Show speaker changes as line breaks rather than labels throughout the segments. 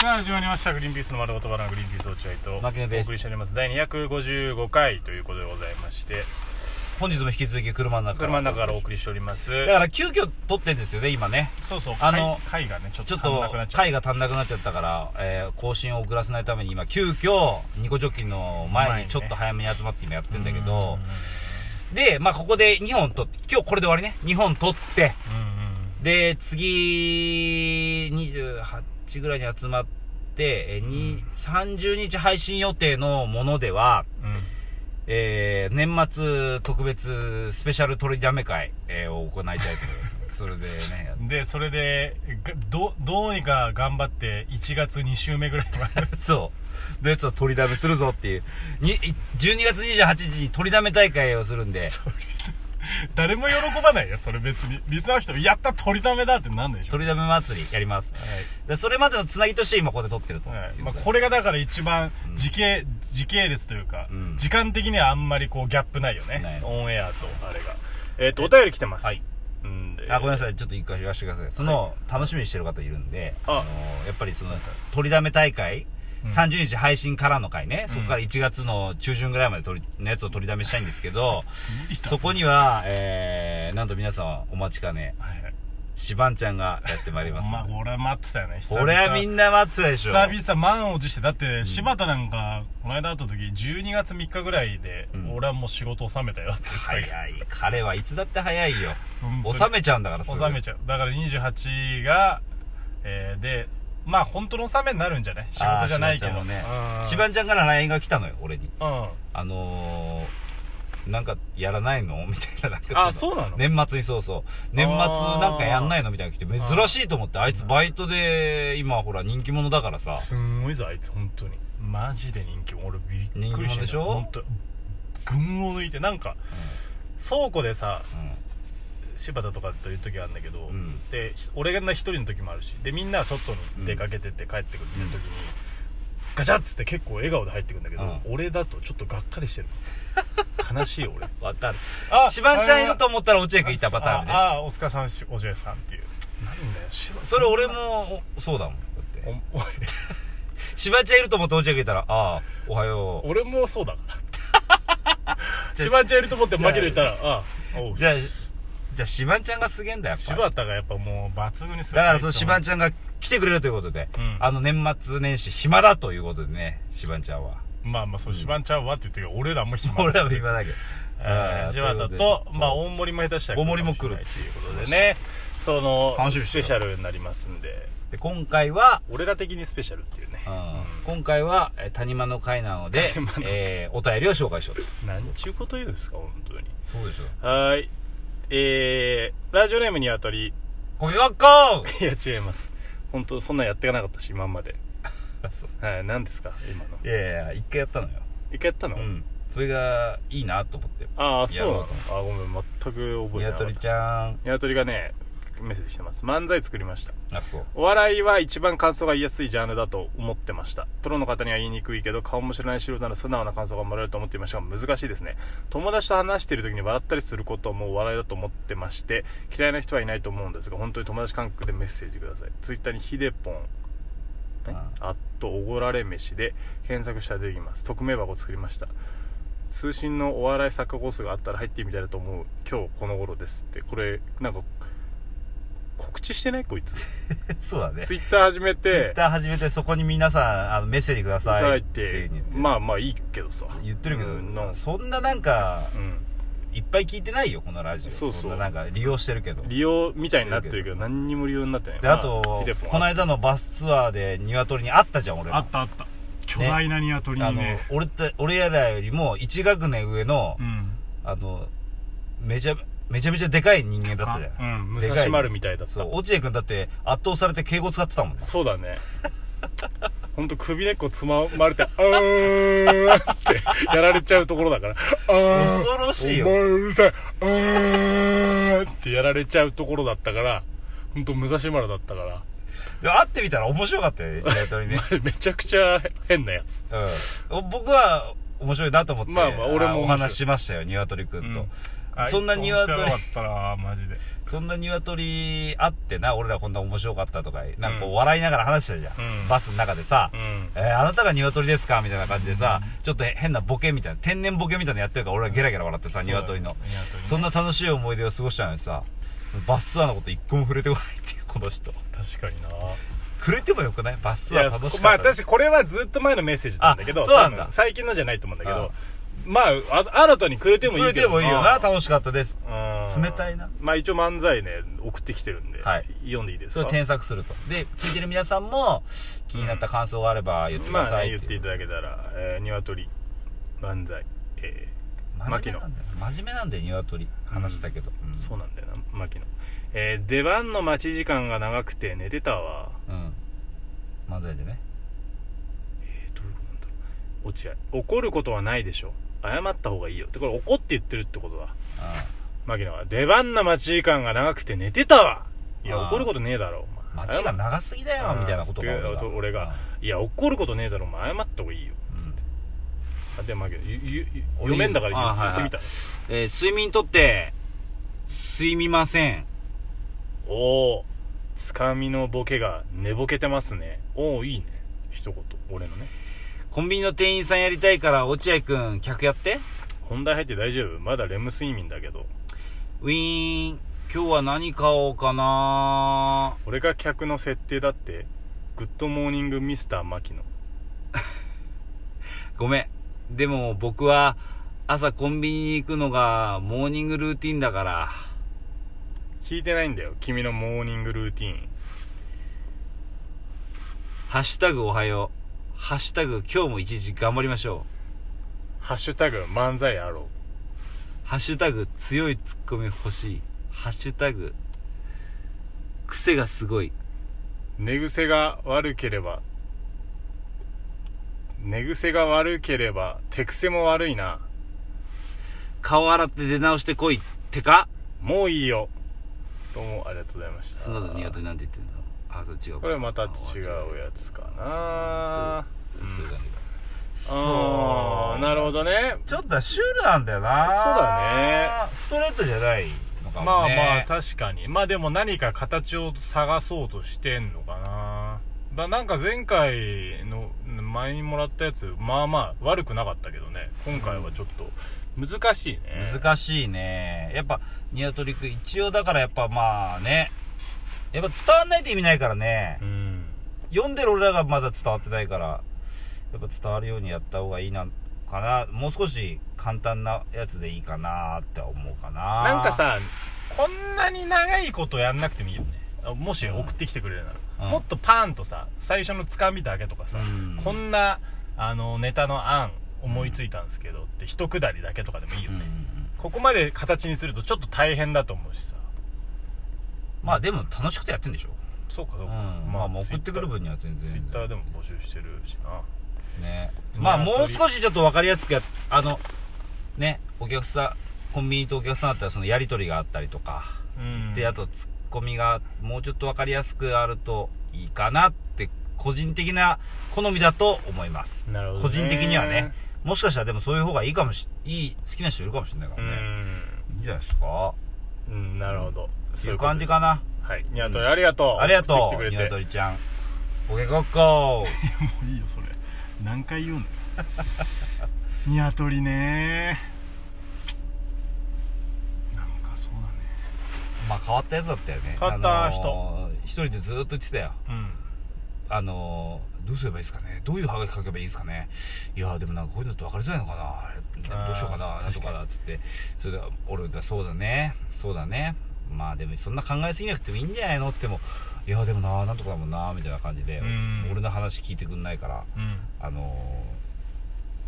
さあ始まりました「グリーンピースの丸言葉のグリーンピース落合」とお
牧野です
送りしております第255回ということでございまして
本日も引き続き車の中
車の中からお送りしております
だから急遽撮ってんですよね今ね
そうそう
あの
回回がねちょっ
ち
と
ょっ
足ん
と
なくなっちゃっ
回が足んなくなっちゃったから、えー更新を遅らせないために今急遽ニコジョッキの前にちょっと早めに集まって今やってんだけど、でまあここで2本撮って今日これで終わりね2本撮って
たうんうん
で次28ぐらいに集まって、えーに30日配信予定のものでは
うん
えー年末特別スペシャル取りだめ会、えーを行いたいと思います。それでね、
うんでそれでがどどうにか頑張って1月2週目ぐらいとか
そう。のやつを取りだめするぞっていう。に、12月28日に取りだめ大会をするんで、
誰も喜ばないよそれ別にリスナーの人もやった取りためだってなんないでしょ
取りだめ祭りやります。でそれまでのつなぎとして今ここで取ってると。
はい
いう
まあ、
ことで
これがだから一番時系,、時系列というか、
うん
時間的にはあんまりこうギャップないよ
な
ね
い
オンエアとあれがえっ、とお便り来てます
はい
うんで
あごめんなさい、ちょっと一回言わせてください。その、楽しみにしてる方いるんで、
あ
あのやっぱりその、取りだめ大会、30日配信からの回ね、そこから1月の中旬ぐらいまで取りのやつを取りだめしたいんですけ ど、そこには、えー、なんと皆様お待ちかね、
はいはい
シバンちゃんがやってま いります。
まあ俺は待ってたよね久々
これはみんな待ってたでしょ。
久々満を持してだって柴田なんかこの間会った時12月3日ぐらいで、
ん
俺はもう仕事収めたよって言ってたけど
早い。彼はいつだって早いよ
本当。に
収めちゃうんだから、すぐ
収めちゃうだから28が、えーでまあ本当の収めになるんじゃない仕事じゃないけど
あーシバンちゃんもね
うん
シバンちゃんから LINE が来たのよ、俺に。
うん
あのー、なんかやらないのみ たいななんか
あ
の
そうなの
年末にそうそう年末なんかやんないのみたいなの来て珍しいと思ってあいつバイトで今ほら人気者だからさ
すんごいぞあいつ本当にマジで人気俺びっくりしてん
人気者
だよ
でしょ
本当群を抜いてなんか、倉庫でさ柴田とかという時あるんだけど、
うん
でひ俺が一人の時もあるしでみんな外に出かけてって帰ってくるっていう時に、ガチャッつって結構笑顔で入ってくるんだけど、
う
俺だとちょっとがっかりしてる 悲しいよ俺
うんわかる
あ
シバンちゃんいると思ったら落合君いたパターンで
あああお疲れさんしおじいさんっていうなんだよ柴田
それ俺もおそうだもんだって
おおい
シバンちゃんいると思って落合君いたらああおはよう
俺もそうだから 柴ちゃんいると思って負ける言ったらああおう
じゃあじゃあシバンちゃんがすげえんだよやっぱり
柴田がやっぱもう抜群にする
だからそのシバン
ち
ちゃんが来てくれるということで
うん
あの年末年始暇だということでねシバンちゃんは
ゃんまあまあそう柴ちゃんはって言ってるけど俺らも暇
俺は今だけ
えー柴田とまあ大森も下手したら
大森も来る
ということでねその
楽しみに
ス
してる
ペシャルになりますんで
で今回は、
俺ら的にスペシャルっていうね
うん今回はえー谷間の会なので
谷間の、
えーお便りを紹介しようと
何ちゅうこと言うんですか本当に
そうですよ
はーいえー、ラジオネームにあたり
ご学校
いや違います本当そんなんやってかなかったし今まで はい何ですか今の
いやいや一回やったのよ
一回やったの、
うんそれがいいなと思って
ああ
いや
そうなのあごめん全く覚えてなか
ニワ
った
トリちゃん
ニワトリがねメッセージしてます漫才作りました
あそう
お笑いは一番感想が言いやすいジャンルだと思ってましたプロの方には言いにくいけど顔も知らない素人なら素直な感想がもらえると思っていましたが難しいですね友達と話している時に笑ったりすることもお笑いだと思ってまして嫌いな人はいないと思うんですが本当に友達感覚でメッセージくださいツイッターにヒデポンえ
あ
あっとおごられ飯で検索したら出てきます匿名箱を作りました通信のお笑い作家コースがあったら入ってみたいなと思う今日この頃ですってこれなんか告知してないこいつ
そうだね
ツ
ツイ
イッター始め
ッ
て
ター始めてそこに皆さんあのメッセージくだ
さ
さい
っ
いう
て
ふうに言って
まあまあいいけどさ
言ってるけど、
うんなんか
そんななんか
うん
いっぱい聞いてないよこのラジオ
そうそうん
ななんか利用してるけど
利用みたいになってるけど何にも利用になってない
で
ま
あと
ヒデポン
この間のバスツアーでニワトリに会ったじゃん俺も
あったあった巨大なニワトリ
あ
に
の
ね
俺た俺やらよりも1学年上の,、
うん
あのめちゃめちゃめちゃでかい人間だったじゃん、
うん武
でかい
蔵丸みたいだった
そう落合君だって圧倒されて敬語使ってたもんね
そうだ ねほんと首根っこつままれて「あー」って やられちゃうところだから「あー」
恐ろしいよ
お前うるさい「あー」ってやられちゃうところだったからほんと武蔵丸だったから
で会ってみたら面白かったよニワトリ ね、
めちゃくちゃ変なやつ
うん、僕は面白いなと思って、
まあまあ俺も面白い
お話ししましたよニワトリ君と、
うんあいつ
そんな鶏
本当やばかったなマジで
そんな鶏あってな、俺らこんな面白かったとか、なんかこ
う
うん笑いながら話してたじゃん。
うん
バスの中でさ、
うん
えーあなたが鶏ですかみたいな感じでさ、ちょっと変なボケみたいな、天然ボケみたいなのやってるから俺はゲラゲラ笑ってさ、
そうだよ
鶏の。
鶏ね
そんな楽しい思い出を過ごしたのにさ、バスツアーのこと一個も触れてこないっていう、この人。
確かにな
触れてもよくないバス
い
ツアー
や
楽しかった。
まあ私これはずっと前のメッセージなんだけ
あ
ど
そうなんだ
多分最近のじゃないと思うんだけどまああ新たにくれてもいい
触れ
け
て
ど
もいいよな、楽しかったです。
うん
冷たいな
まあ一応漫才ね送ってきてるんで、
はい
読んでいいです
それ
か
を添削すると。で、聞いてる皆さんも、気になった感想があれば言ってくだ
まあ
さ
ね
い
言っ
って
て
い。
いうただけたら、えー、鶏漫才え
真面目なんだよ。真面目なんだよ、鶏。話したけど。う
ー
ん
そうなんだよな牧野えー、出番の待ち時間が長くて寝てたわ
うん漫才でね
えー、どういうことなんだろう落合怒ることはないでしょ謝った方がいいよってこれ怒って言ってるってことだ
あ
牧野は出番の待ち時間が長くて寝てたわい
あ
や
ー
怒ることねえだろお前
待ちが長すぎだよみたいなこと
が俺が俺が「いや怒ることねえだろお前謝った方がいいよ」つって、あでもまあけどゆゆゆ
俺
読めんだから言,、
あはいはい
ってみたら
えー睡眠とって睡みません
おおつかみのボケが寝ぼけてますねおおいいね一言俺のね
コンビニの店員さんやりたいから落合君客やって
本題入って大丈夫まだレム睡眠だけど
ウィーン今日は何買おうかな
俺が客の設定だってグッドモーニングミスター牧野
ごめんでも僕は朝コンビニに行くのがモーニングルーティンだから
聞いてないんだよ君のモーニングルーティーン
「ハッシュタグおはよう」「ハッシュタグ今日も一日頑張りましょ
ハッシュタグ漫才やろう
う」「ハッシュタグ強いツッコミ欲しい」「ハッシュタグ癖がすごい」
寝癖が悪ければ寝癖が悪ければ手癖も悪いな
「顔洗って出直してこい」ってか
もういいよどうもありがとうございました
その後鶏なんて言ってんのあそれ違う
これまた違うやつかな
そうだね
あーなるほどね
ちょっとシュールなんだよな
そうだ
ねストレートじゃないのか
ま
も
あ
ね
まあ確かにまあでも何か形を探そうとしてんのかなだなんか前回の前にもらったやつまあまあ悪くなかったけどね今回はちょっと難しいね
難しいねやっぱニワトリくん一応だからやっぱまあねやっぱ伝わんないと意味ないからね、
うん
読んでる俺らがまだ伝わってないからやっぱ伝わるようにやった方がいいなかなもう少し簡単なやつでいいかなって思うかな
なんか、さこんなに長いことやんなくてもいいよねあもし送ってきてくれるなら、
うん
もっとパーンとさ最初のつかみだけとかさ、
うん
こんなあのネタの案思いついたんですけどって一くだりだけとかでもいいよ
うんうんう
ね、
ん
ここまで形にするとちょっと大変だと思うしさ
まあでも楽しくてやってんでしょ、
そうかそううんか、
まあもう送ってくる分には全然
ツイッターでも募集してるしな
ねまあ
ニ
も
ワト
う
リ
少しちょっと分かりやすくやあのねお客さんコンビニとお客さんだったらそのやり取りがあったりとか、
うん
であとツッコミがもうちょっと分かりやすくあるといいかなって個人的な好みだと思います
なるほどね
個人的にはねもしかしたらでもそういう方がいいかもしいい好きな人いるかもしれないか
う
らね、
ん、
いいんじゃないですか
うん、なるほど
そういう感じか
な
な
はいニワトリありがとう、
ありがと
送ってきて
う
くれ
ニ
て
ワトリちゃんボケごっこ
もういいよそれ何回言うの ニワトリねなんかそう
まあ変わったやつだったよね
変わった
あのー一人でずっと言ってたよ
だね
あのーどうすればいいですかねどういうハガキ書けばいいですかねいやーでもなんかこういうのって分かりづらいのかな
あー
どうしようかななんとかだっつってそれで俺がそうだねそうだねまあでもそんな考えすぎなくてもいいんじゃないのっつってもいやーでもなーなんとかだもんなーみたいな感じで
うん
俺の話聞いてくんないから
うん、うん、
あの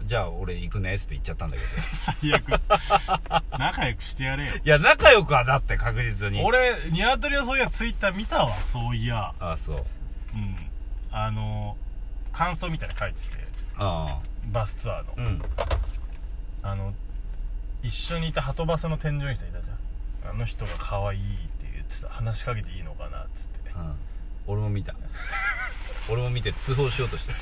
ーじゃあ俺行くねっつって言っちゃったんだけど
最悪仲良くしてやれよ
いや仲良くはなって確実に
俺ニワトリはそういやツイッター見たわそういや
ああそう
うんあの感想みたいなの書いてて
あ
バスツアーの
あうん
あの一緒にいたハトバスの添乗員さんいたじゃんあの人が可愛いって言ってた話しかけていいのかなっつって
うん、俺も見た俺も見て通報しようとして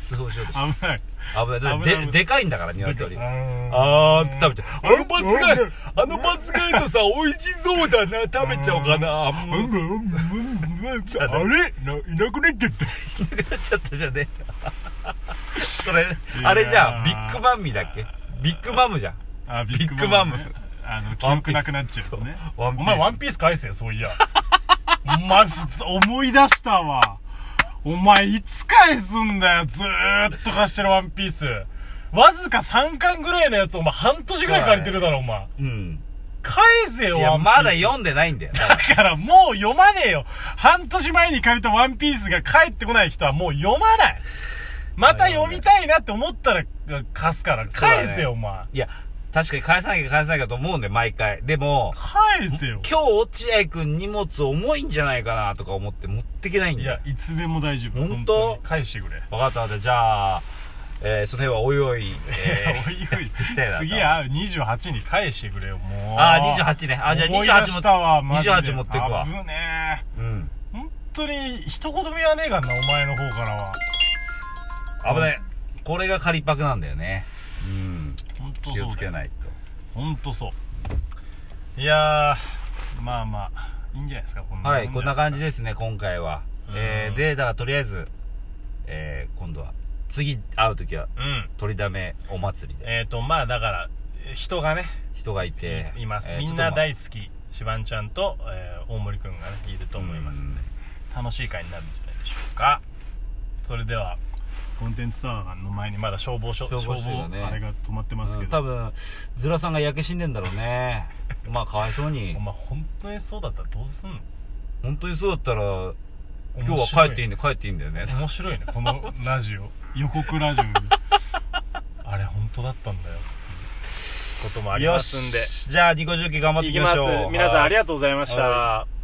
通報しようとして
危ない
危ないだっ
危
て
ない危な
で
い
でかいんだから鶏
でかい
あーって食べてあのバスガイあのバスガイ とさ美味しそうだな食べちゃおうかなあ
うんうんうんうんあれないなくなっちゃった
なっちゃったじゃねえ それあれじゃんビッグマンミだっけビッグマムじゃん
あビ
ッグマム
ねあの記憶なくなっちゃうね
ワンピースそうワンピース
お前ワンピース返せよそういやお前普通思い出したわお前いつ返すんだよずーっと貸してるワンピースわずか3巻ぐらいのやつお前半年ぐらい借りてるだろお前
うん
返せよ
いや
ワンピー
ま
ス
だ読んでないんだよ
だからもう読まねえよ半年前に借りたワンピースが帰ってこない人はもう読まないまた読みたいなって思ったら貸すから
そうだね
返せよお前
いや確かに返さなきゃ返さなきゃと思うんで毎回でも
返せよ
今日落合君荷物重いんじゃないかなとか思って持ってけないん
い
だよ
やいつでも大丈夫
本当
に返してくれ
分かった分かったじゃあ、えーその辺はおいおい、えー
おいお い
きたいな
次は28に返してくれよもう
ああ28ねあじゃあ
思い出したわ
28も
マジで
28持ってくわ
危ね
うん
え本当に一言も言わねえからなお前の方からは
危ないこれが仮パクなんだよねうん
本当
気を
そう
つ
だ
け
よ
ない
ほんとそういやーまあまあいいんじゃないですかこん
とはいこんな感じ
で
ですね今回は
うん
えー、でだからとりあえずえー、今度は次会う時は
うん
取りだめお祭りで
えっ、ー、とまあだからえー人がね
人がいて
います、
えー
みん
ちょっ
な
とま
大好きシバンちゃんと、えー大森くんがねいると思いますんで楽しい会になるんじゃないでしょうかそれではコンテンツタワーの前にまだ消防署
消防署がね
あれが止まってますけ
うん
ど、
多分ズラさんが焼け死んでんだろ うねまあかわいそうに
お前本当にそうだったらどうすんの
本当にそうだったら今日は帰っていいんで帰っていいんだよね
面白いねこのラジオ予告ラジオ にあれ本当だったんだよこともありますんで
よしじゃあニコ重機頑張っていきましょう
皆さんあり
が
がとうございました、
は